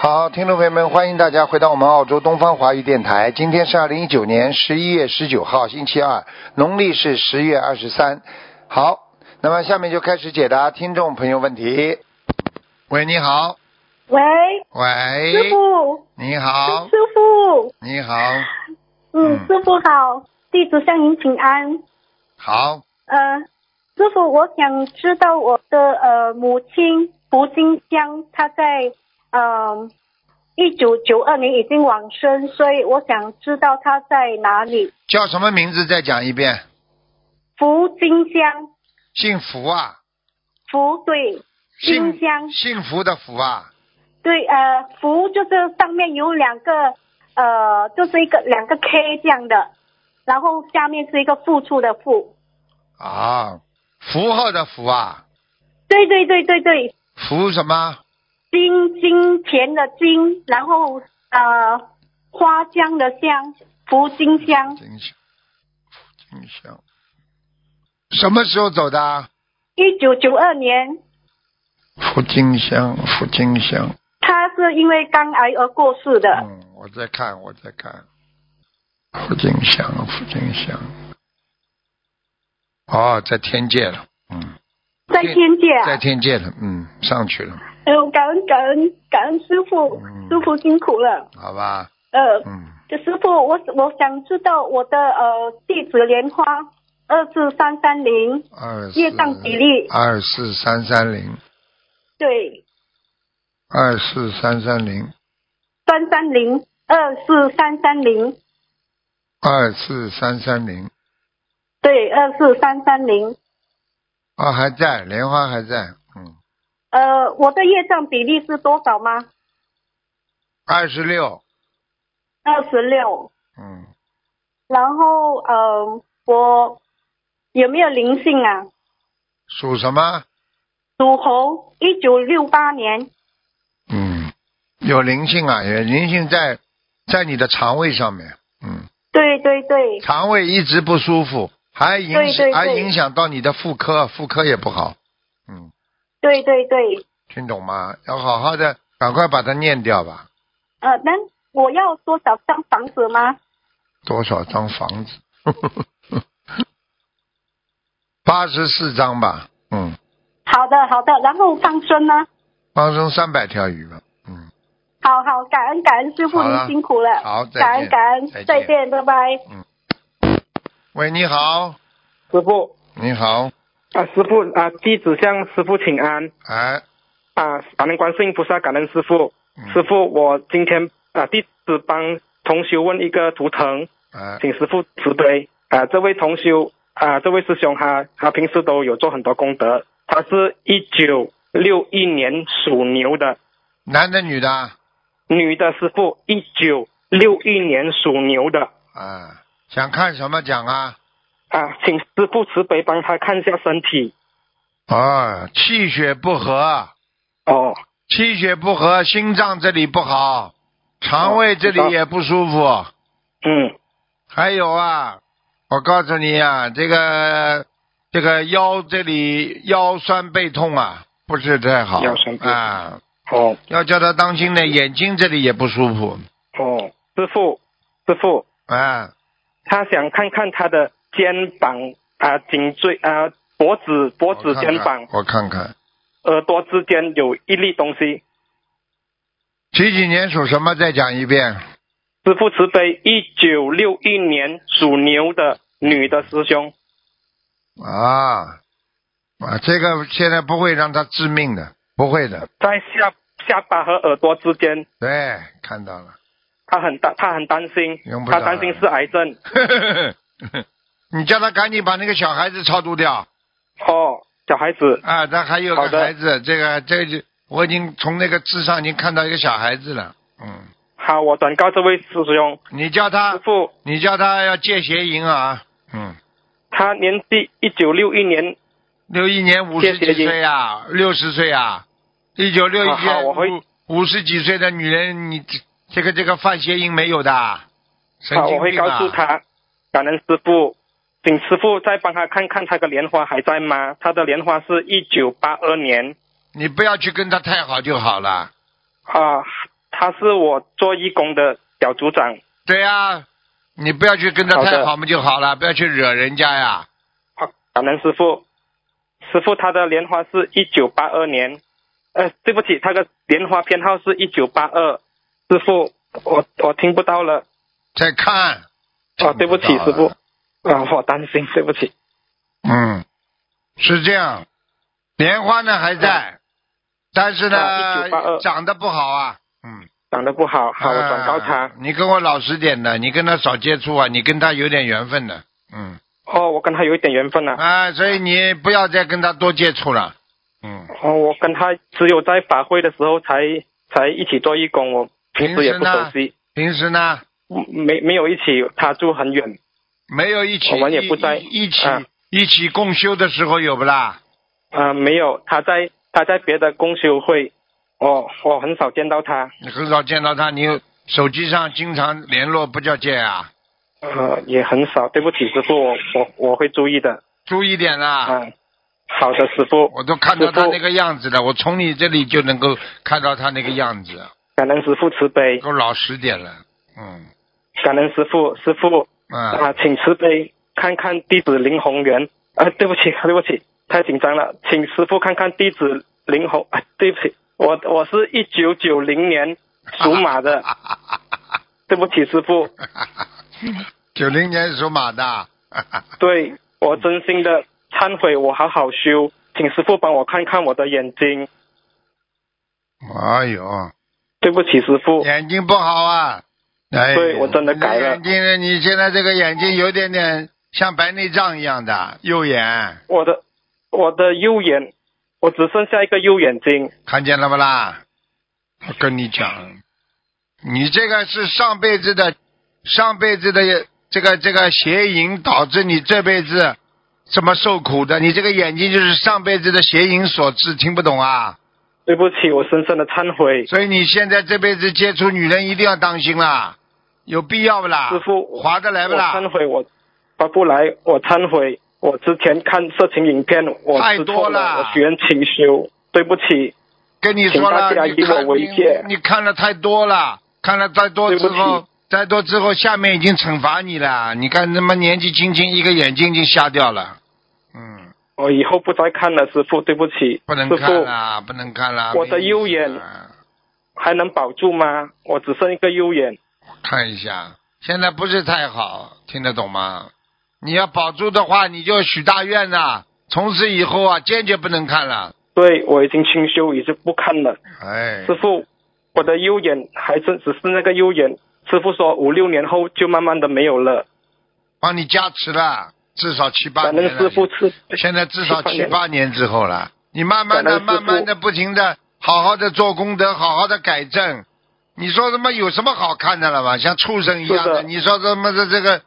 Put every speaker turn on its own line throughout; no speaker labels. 好，听众朋友们，欢迎大家回到我们澳洲东方华语电台。今天是二零一九年十一月十九号，星期二，农历是十月二十三。好，那么下面就开始解答听众朋友问题。喂，你好，
喂，师
喂，
傅，
你好
师，傅，
你好，
嗯，
嗯
师傅好，弟子向您请安。
好，
呃，师傅，我想知道我的呃母亲胡金香，她在呃一九九二年已经往生，所以我想知道她在哪里。
叫什么名字？再讲一遍。
福金香，
姓福啊，
福对，
幸
金香
幸福的福啊，
对，呃，福就是上面有两个呃，就是一个两个 K 这样的，然后下面是一个付出的付。
啊，符号的符啊，
对对对对对，
福什么？
金金钱的金，然后呃花香的香，福金香，
金香，金香，什么时候走的啊？
一九九二年，
福金香，福金香。
他是因为肝癌而过世的。
嗯，我在看，我在看。福金香，福金香。哦，在天界了，嗯，
在天界
在
啊！
天界了，嗯，上去了，
哎呦，感恩感恩感恩师傅，
嗯
师傅辛苦了。
好吧，
呃，
嗯，
师傅，我我想知道我的呃地址莲花二四三三零
二四
业障比例，
二四三三零，
对，
二四三三零，
三三零二四三三零，
二四三三零，
对，二四三三零。
啊，还在，莲花还在，嗯，
呃，我的业障比例是多少吗？
二十六，
二十六。
嗯，
然后呃，我有没有灵性啊？
属什么？
属猴，一九六八年。
嗯，有灵性啊，有灵性在在你的肠胃上面，嗯，
对对对
肠胃一直不舒服，还影
对对对
还影响到你的妇科，妇科也不好，嗯，
对对对。
听懂吗？要好好的，赶快把它念掉吧。
呃，那我要多少张房子吗？
多少张房子？ 八十四张吧，嗯，
好的好的。然后放生呢？
放生三百条鱼吧，嗯
好好，感恩感恩师傅
好了
您辛苦了。
好再
感恩
见
感恩，
再见
再见，拜拜。
嗯。喂，你好，
师傅
你好，
啊，师傅啊，弟子向师傅请安
哎，
啊，感恩观世音菩萨，感恩师傅。
嗯
师傅，我今天啊，弟子帮同修问一个图腾，
哎，
请师傅慈悲啊。这位同修啊，这位师兄他他平时都有做很多功德，他是一九六一年属牛的，
男的女的啊？
女的师傅一九六一年属牛的
啊，想看什么讲啊？
啊，请师傅慈悲帮他看一下身体
啊，气血不和，
哦。
气血不和，心脏这里不好，肠胃这里也不舒服。
嗯
还有啊，我告诉你啊，这个这个腰这里腰酸背痛啊，不是太好
腰酸背痛
啊，
哦。
要叫他当心的，眼睛这里也不舒服
哦，师傅，师傅，
啊。
他想看看他的肩膀啊、颈椎啊、脖子、脖子、肩膀、
我看看，我看看，
耳朵之间有一粒东西。
几几年属什么？再讲一遍。
师傅慈悲，一九六一年属牛的女的师兄。
啊啊，这个现在不会让他致命的，不会的。
在下下巴和耳朵之间，
对，看到了。
他很担，他很担心
用，不着
他担心是癌症。
你叫他赶紧把那个小孩子超度掉
哦，小孩子，
啊！他还有个
好的
孩子，这个这个就我已经从那个字上已经看到一个小孩子了。嗯，
好，我转告这位师兄，
你叫
师
他，
傅，
你叫他要戒邪淫啊。嗯，
他年纪一九六一年，
六一年五十
戒
几
邪淫
岁啊，六十岁啊，一九六一
好好
年
我会
五五十几岁的女人，你这这个这个犯邪淫没有的啊？神
好，我
经
会
病啊！
告诉他，感恩师傅，请师傅再帮他看看他的莲花还在吗？他的莲花是一九八二年
你不要去跟他太好就好了。
啊、他是我做义工的小组长。
对呀、你不要去跟他
好的
太好嘛就好了，不要去惹人家呀。
好，感恩师傅。师傅他的莲花是一九八二年，呃，对不起，他的莲花偏好是一九八二。师傅，我我听不到了。
再看。
哦，对不起，
听
师
到了
傅。啊、我担心，对不起。
嗯，是这样，莲花呢还在，
嗯
但是呢、
啊1982
长得不好啊。嗯，
长得不好，好，我转告他。
啊你跟我老实点的，你跟他少接触啊，你跟他有点缘分的。嗯，
哦，我跟他有一点缘分啊。
啊，所以你不要再跟他多接触了。嗯，
哦，我跟他只有在法会的时候才才一起做义工，我平时也不
平时呢
熟悉，
平时呢
嗯没没有一起，他住很远。
没有一起，
我们也不在
一一一起、
啊
一起共修的时候有不啦？
啊、没有，他在他在别的公修会，哦，我很少见到他，
你很少见到他，你手机上经常联络，不叫见啊？
呃，也很少。对不起，师傅，我我我会注意的。
注意点啦。
啊、好的，师傅，
我都看到
师父
他那个样子了，我从你这里就能够看到他那个样子，
感恩师傅慈悲，
够老实点了，嗯
感恩师傅，师傅
啊，
啊，请慈悲看看弟子林宏源。啊，对不起， 对不起，太紧张了，请师傅看看弟子林宏。啊，对不起，我我是一九九零年属马的，
啊
啊 对不起，师傅，
九零年属马的，
对我真心的忏悔，我好好修，请师傅帮我看看我的眼睛。
哎呦，
对不起，师傅，
眼睛不好啊，哎，
对我真的改了
你这眼睛，你现在这个眼睛有点点像白内障一样的，右眼
我的我的右眼，我只剩下一个右眼睛。
看见了不啦？我跟你讲，你这个是上辈子的，上辈子的这个这个邪淫导致你这辈子这么受苦的。你这个眼睛就是上辈子的邪淫所致，听不懂啊？
对不起，我深深的忏悔。
所以你现在这辈子接触女人一定要当心啦，有必要不啦？
师傅
划得来不
我忏
啦？
悔，我发不来，我忏悔。我之前看色情影片，我
太
知
多
错
了
了，我许愿清修。对不起，
跟你说了
请大，家
你
以我
看
为
你
戒
你看了太多了，看了太多
对
之
不
后
起，
太多之后，下面已经惩罚你了。你看他妈年纪轻轻，一个眼睛已经瞎掉了，嗯，
我以后不再看了，师傅，对不起，
不能
师
看啊
傅
了，不能看了。
我的
没意思
右眼
了
还能保住吗？我只剩一个右眼。
看一下，现在不是太好，听得懂吗？你要保住的话，你就许大愿呐、从此以后啊，坚决不能看了。
对，我已经清修，已经不看了。
哎，
师傅，我的右眼还是只是那个右眼。师傅说五六年后就慢慢的没有了。
帮你加持了，至少七八
感
年
恩
了。
师傅慈，
现在至少七
年
八年之后了，你慢慢的、
感恩师
慢
父
慢的、不停的、好好的做功德，好好的改正。你说他妈有什么好看的了嘛？像畜生一样
是
的，
的
你说他妈的这个，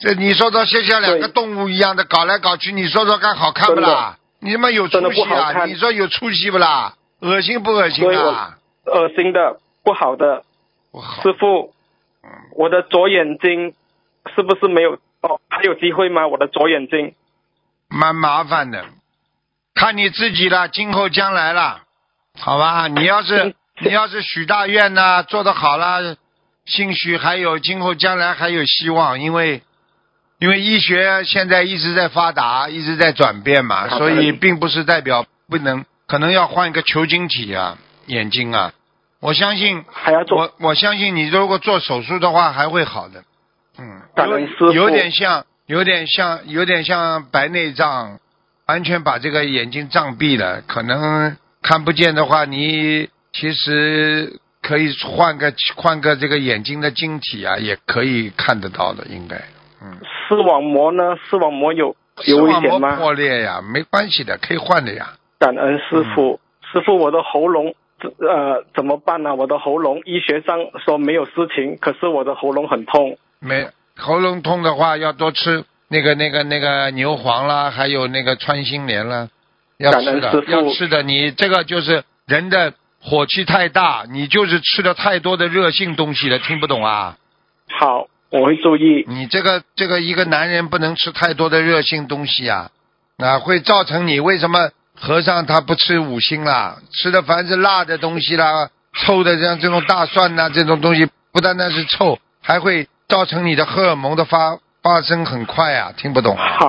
这你说说像像两个
对
动物一样的搞来搞去，你说说看好看不啦？你他妈有
真的
出
不
息
好
啊！
看
你说有出息不啦？恶心不恶心
所以
啊
我？呃恶心的、不好的。
我好，
师傅，我的左眼睛是不是没有？哦，还有机会吗？我的左眼睛，
蛮麻烦的，看你自己了，今后将来了，好吧？你要是
嗯
你要是许大愿呐，做得好了，兴许还有今后将来还有希望，因为因为医学现在一直在发达，一直在转变嘛，
好的
所以并不是代表不能，可能要换一个球晶体啊，眼睛啊，我相信
还要做
我我相信你如果做手术的话还会好的，嗯，
感恩师
有
傅
有点像，有点像，有点像白内障，完全把这个眼睛障蔽了，可能看不见的话，你其实可以换个换个这个眼睛的晶体啊，也可以看得到的，应该。嗯，
视网膜呢？视网膜有
视
有危
网膜
险吗？
破裂呀，没关系的，可以换的呀。
感恩师
嗯
傅，师傅，我的喉咙呃怎么办呢、我的喉咙医学上说没有事情，可是我的喉咙很痛。
没喉咙痛的话，要多吃那个那个那个牛黄啦，还有那个穿心莲啦，要吃
感恩师
的，
父
要吃的。你这个就是人的火气太大，你就是吃了太多的热性东西了，听不懂啊？
好，我会注意。
你这个这个一个男人不能吃太多的热性东西啊，啊，会造成你为什么和尚他不吃五辛啦，吃的凡是辣的东西啦，臭的像这种大蒜呐、这种东西，不单单是臭，还会造成你的荷尔蒙的发发生很快啊，听不懂啊？
好，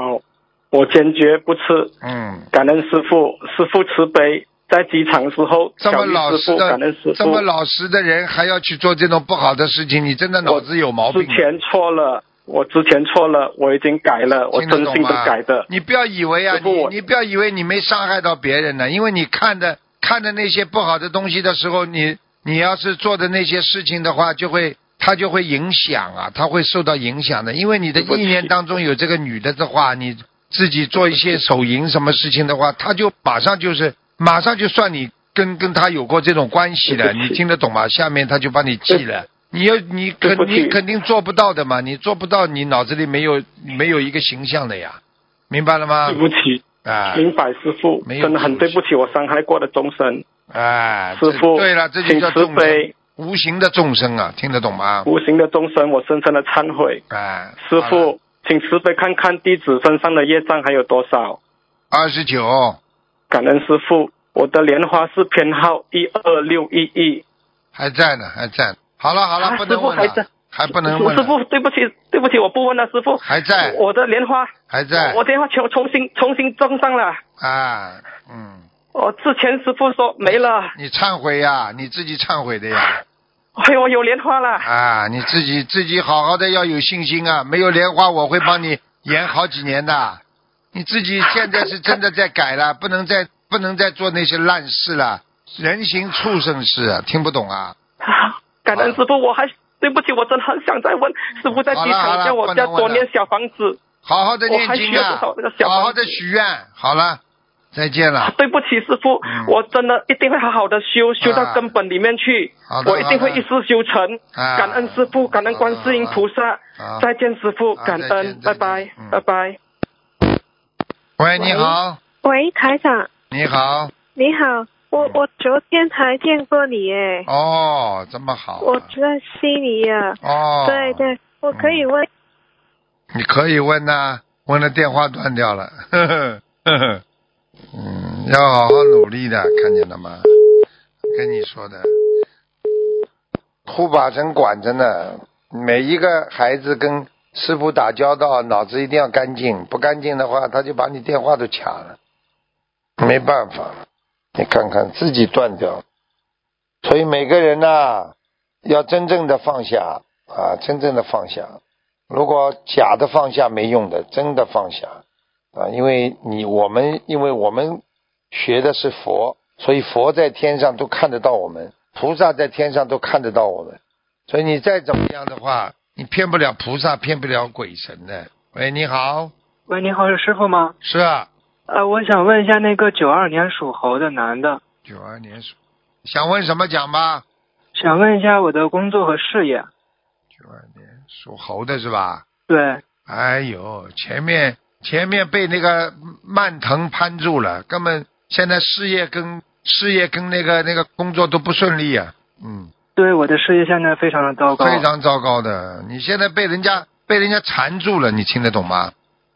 我坚决不吃。
嗯，
感恩师傅，师傅慈悲。在机场时候，
这么
小玉
老
师
实
傅，
的
感恩师，
这么
傅。
老实的人还要去做这种不好的事情，你真的脑子有毛病啊
之。前错了，我之前错了，我已经改了，我
听得
真
懂
心
吗
的改的。
你不要以为啊，
师
你
傅我
你不要以为你没伤害到别人呢，因为你看的看的那些不好的东西的时候，你你要是做的那些事情的话，就会他就会影响啊，他会受到影响的，因为你的
对不起
意念当中有这个女的的话，你自己做一些手淫什么事情的话，他就马上就是马上就算你跟跟他有过这种关系了，
对不
你
起
听得懂吗？下面他就把你记了。你又你
对
肯
不
你
起
肯定做不到的嘛，你做不到，你脑子里没有没有一个形象的呀，明白了吗
对？不起，
啊
明白师傅，
没有
真的很
对
对
不
不起，我伤害过的众生。
啊，这
师傅，
对了，这就
请
叫
慈
众生，
悲，
无形的众生啊，听得懂吗？
无形的众生，我深深的忏悔。
啊，
师傅，请慈悲看看弟子身上的业障还有多少。
二十九，
感恩师傅，我的莲花是偏号一二六一一。
还在呢，还在呢。好了好了，
啊
不能问
师傅还
了
在，
还不能问
师
了，
傅，对不起，对不起，我不问了，师傅。
还在
我的莲花，
还在
我我电话重重新重新装上了。
啊，嗯，
我哦之前师傅说没了，
你忏悔呀，你自己忏悔的呀。
哎，我有莲花了。
啊，你自己自己好好的要有信心啊！没有莲花，我会帮你延好几年的。你自己现在是真的在改了，不能再不能再做那些烂事了，人形畜生事啊，听不懂啊？
啊感恩师傅，我还对不起，我真的很想再问师傅，在机
好了好了
场叫我家
不能问
多
了
念小房子。
好好的
我
念
还需
经
要
啊
多少那个，小
好好
房
的许愿。好了，再见了。
对不起，师傅
嗯，
我真的一定会好好的修，修
啊
到根本里面去
好的。
我一定会一世修成。
啊
感恩师傅，感恩观世音菩萨
好。
再见，师傅，
好
感
再见
恩，
再
拜
见
拜
嗯，
拜拜。
喂，你好，
喂，台长，
你好，
你好，我
嗯
我昨天还见过你耶，
哦，这么好啊、
我在悉尼呀、
哦，
对，对，我可以问，
你可以问呐、问了电话断掉了， 呵呵呵呵，嗯，要好好努力的，看见了吗？跟你说的，护法神管着呢。每一个孩子跟师傅打交道，脑子一定要干净，不干净的话，他就把你电话都卡了，没办法，你看看自己断掉了。所以每个人呐、要真正的放下啊，真正的放下。如果假的放下没用的，真的放下啊！因为你我们，因为我们学的是佛，所以佛在天上都看得到我们，菩萨在天上都看得到我们。所以你再怎么样的话，你骗不了菩萨，骗不了鬼神的。喂，你好，
喂，你好，是师傅吗？
是啊，
呃，我想问一下那个九二年属猴的男的，
九二年属，想问什么讲吧？
想问一下我的工作和事业。
九二年属猴的是吧？
对，
哎呦，前面前面被那个蔓藤攀住了，根本现在事业跟事业跟那个那个工作都不顺利啊，嗯，
对，我的事业现在非常的糟糕，
非常糟糕的。你现在被人家被人家缠住了，你听得懂吗？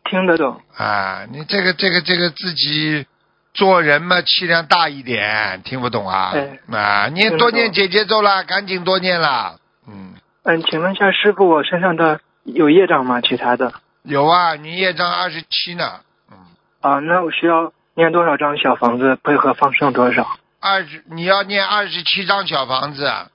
听得懂。
啊，你这个这个这个自己做人嘛，气量大一点，听不懂啊
对？
啊，你也
听得
多
懂
念姐姐咒啦，赶紧多念啦，嗯。
嗯，请问一下师傅，我身上的有业障吗？其他的
有啊，你业障二十七呢，嗯
啊，那我需要念多少张小房子，配合放生多少？
二十你要念二十七张小房子啊，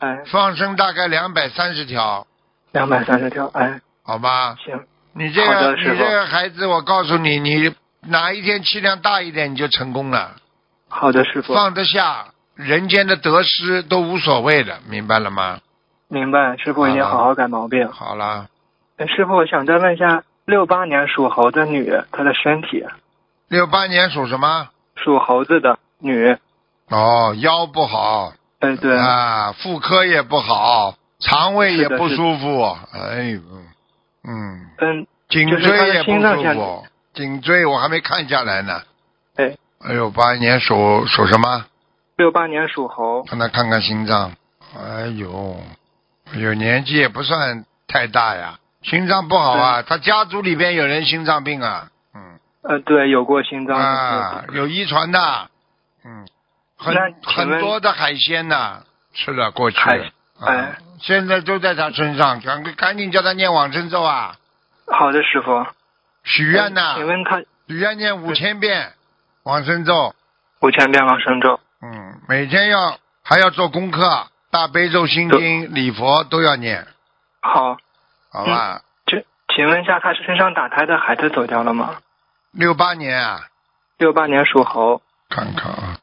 哎，
放生大概两百三十条，
两百三十条。哎，
好吧？
行，
你这
好
个
的
你
师傅
这个孩子，我告诉你，你哪一天气量大一点，你就成功了，
好的，师傅，
放得下人间的得失都无所谓的，明白了吗？
明白，师傅一定
好了
好好改毛病。
好了，
哎师傅，我想再问一下，六八年属猴的女，她的身体，
六八年属什么？
属猴子的女，
哦，腰不好
哎，对。
啊，妇科也不好，肠胃也
是的
不
是的
舒服，哎呦，嗯，
嗯，
颈
就是他
椎
的
也不
心脏
舒
下
服，颈椎我还没看下来呢。
对，
哎呦，八一年属属什么？
六八年属猴，
让他看看心脏。哎呦，哎呦，年纪也不算太大呀，心脏不好啊。他家族里边有人心脏病啊，嗯
呃，对，有过心脏的
啊
病，
有遗传的，嗯，很
那请
很
问
多的海鲜呐、吃了过去
还是，
啊
哎，
现在都在他身上，赶快赶紧叫他念往生咒啊，
好的，师傅。哎
许愿呐、
请问他
许愿念五千遍往生咒，
五千遍往生咒，
嗯，每天要还要做功课，大悲咒、心经、礼佛都要念，
好，
好吧？
这请问一下，他身上打胎的孩子走掉了吗？
六八年啊，
六八年属猴。
看看啊，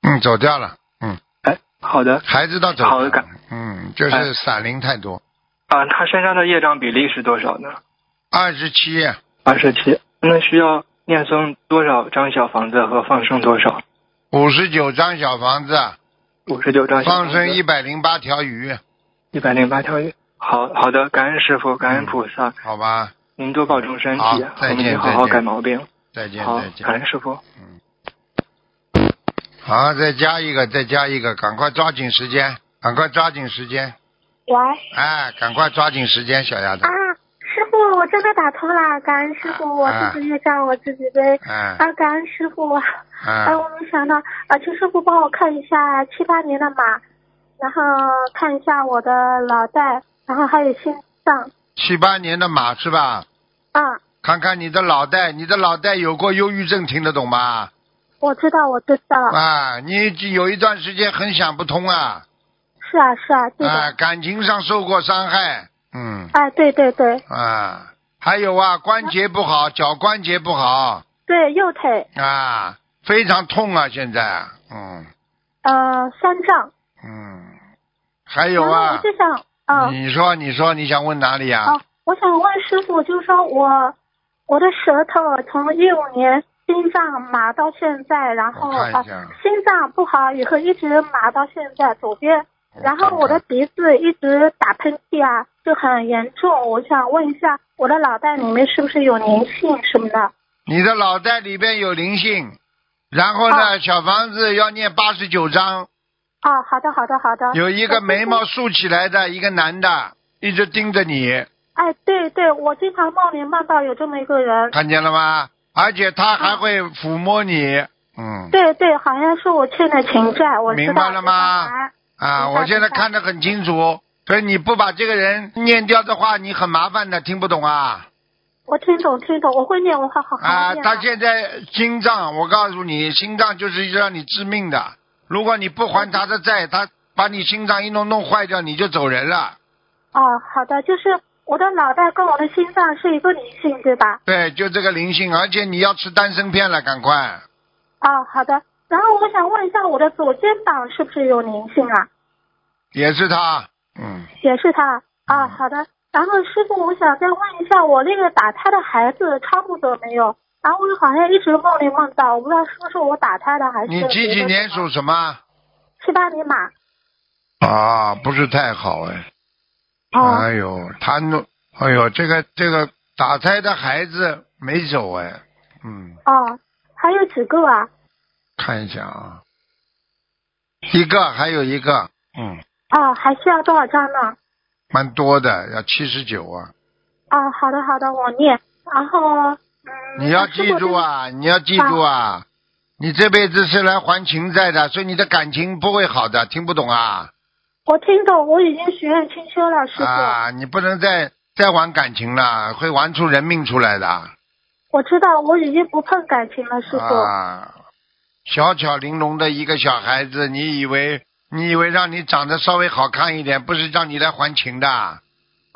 嗯，走掉了，嗯，
哎，好的。
孩子倒走
好
掉
的
了
感，
嗯，就是
哎
散灵太多，
啊，他身上的业障比例是多少呢？
二十七，
二十七。那需要念诵多少张小房子和放生多少？
五十九张小房子，
五十九张小
放
房子。
生一百零八条鱼，
一百零八条鱼。好好的，感恩师傅，感恩菩萨，
好吧？
您多保重身体，
嗯
啊
好
我
再
们
见
得好
再
好
见
改毛病。
再见，
好
再，见
感。恩师傅。
嗯好，再加一个，再加一个，赶快抓紧时间，赶快抓紧时间，
喂，
哎，赶快抓紧时间，小丫头
啊，，师傅，我真的打通了，感恩师傅，我
啊
自己业障我自己背。
哎
啊，感恩师傅，哎，
哎，
我没想到啊，请师傅帮我看一下七八年的马，然后看一下我的脑袋，然后还有心脏。
七八年的马是吧？
啊，
看看你的脑袋，你的脑袋有过忧郁症，听得懂吗？
我知道，我知道，
啊，你有一段时间很想不通啊，
是啊，是啊，对
啊，
的，
感情上受过伤害，嗯，
哎，对对对
啊，还有啊，关节不好，脚关节不好
对，右腿，
啊，非常痛啊，现在，嗯
呃，三脏。
嗯，还有
然后
啊
我，就想，啊、
你说，你说，你想问哪里呀、
啊，我想问师傅，就是说我我的舌头啊从一五年心脏麻到现在，然后
我看
啊
一下
心脏不好以后一直麻到现在左边，
我
然后
看
我的
看
鼻子一直打喷嚏啊，就很严重。我想问一下，我的脑袋里面是不是有灵性什么的？
你的脑袋里边有灵性，然后呢，小房子要念八十九章，
哦，好的，好的，好的。
有一个眉
我
毛
今天。
竖起来的一个男的，一直盯着你，
哎，对对，我经常梦里梦到有这么一个人。
看见了吗？而且他还会抚摸你，嗯，
对对，好像是我欠的情债，我知道。
明白了吗
我想还
啊，
明白
我现在
明白
看得很清楚。所以你不把这个人念掉的话，你很麻烦的，听不懂啊
我听懂听懂，我会念，我好好好好
啊！
念
他现在心脏，我告诉你，心脏就是让你致命的。如果你不还他的债，他把你心脏一弄弄坏掉，你就走人了。
哦，好的，就是我的脑袋跟我的心脏是一个灵性，对吧？
对，就这个灵性，而且你要吃丹参片了，赶快。
哦，好的。然后我想问一下，我的左肩膀是不是有灵性啊？
也是他，嗯，
也是他啊、
嗯
好的。然后师傅，我想再问一下，我那个打胎的孩子超度走没有？然后我好像一直梦里梦到，我不知道是不是我打胎的还是
你几几年属什么？
七八年马
啊，不是太好哎，
哦
哎呦，他弄，哎呦，这个这个打胎的孩子没走哎，嗯，
哦，还有几个啊？
看一下啊，一个还有一个，嗯，
哦，还需要多少张呢？
蛮多的，要七十九啊，
哦，好的好的，我念。然后嗯，
你要记住啊，你要记住啊，你这辈子是来还情债的，所以你的感情不会好的，听不懂啊？
我听懂，我已经许愿清修了，师傅。
啊，你不能再再玩感情了，会玩出人命出来的。
我知道，我已经不碰感情了，师傅。
啊，小巧玲珑的一个小孩子，你以为你以为让你长得稍微好看一点，不是让你来还情的。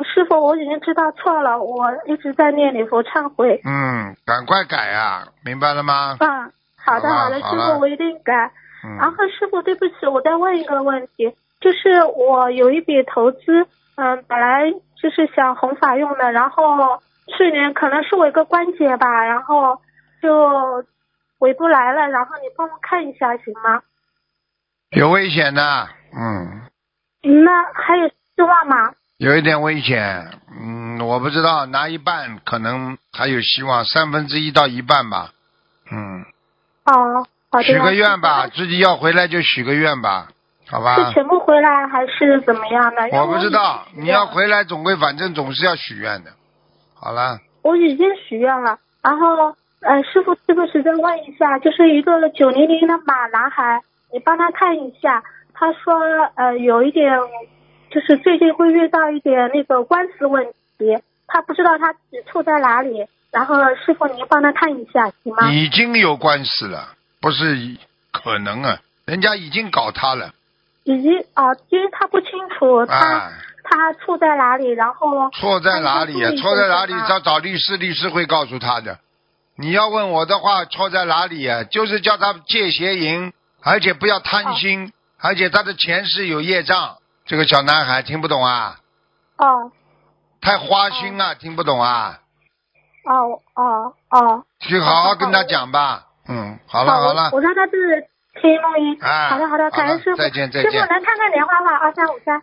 师傅，我已经知道错了，我一直在念礼佛忏悔。
嗯，赶快改啊，明白了吗？
嗯，好的
好吧啊
的，师
好了
傅，我一定改。然
嗯，
后啊师傅，对不起，我再问一个问题，就是我有一笔投资，嗯，本来就是想弘法用的，然后去年可能是我一个关节吧，然后就回不来了，然后你帮我看一下行吗？
有危险的，嗯，
那还有希望吗？
有一点危险，嗯，我不知道，拿一半可能还有希望，三分之一到一半吧，嗯，
哦，好的。
许个愿
师
吧，
傅
自己要回来就许个愿吧，好吧？
是全部回来还是怎么样的？因为
我不知道，
已经许愿
你要回来总归，反正总是要许愿的。好了，
我已经许愿了。然后，呃，师傅，是不是再问一下，就是一个九零零的马男孩，你帮他看一下，他说呃有一点，就是最近会遇到一点那个官司问题，他不知道他指处在哪里，然后师傅您帮他看一下行吗？
已经有官司了，不是可能啊，人家已经搞他了
以及啊，因为他不清楚他、
啊，
他处在哪里，然后
错在哪里啊
那你？就
错在哪里？
注意一下
找找律师，律师会告诉他的。你要问我的话，错在哪里啊？就是叫他戒邪淫，而且不要贪
哦
心，而且他的前世有业障。这个小男孩听不懂啊，
哦
太花心啊，听不懂啊，
哦哦哦，
去好好跟他讲吧。嗯，好了好了
我，我让他自己听录音。
啊，
好的好的，感恩
好
师傅。
再见再
师傅
见。
能看看莲花吗？二三五三，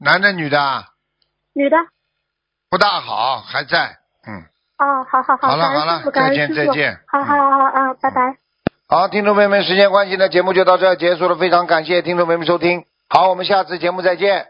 男的女的啊
女的。
不大好，还在，嗯。
哦，好好
好了
感
好
恩
了
师傅，感恩
再见
师傅
再见
好好好好啊，拜拜。
好，听众朋友们，时间关系呢，节目就到这儿结束了。非常感谢听众朋友们收听，好，我们下次节目再见。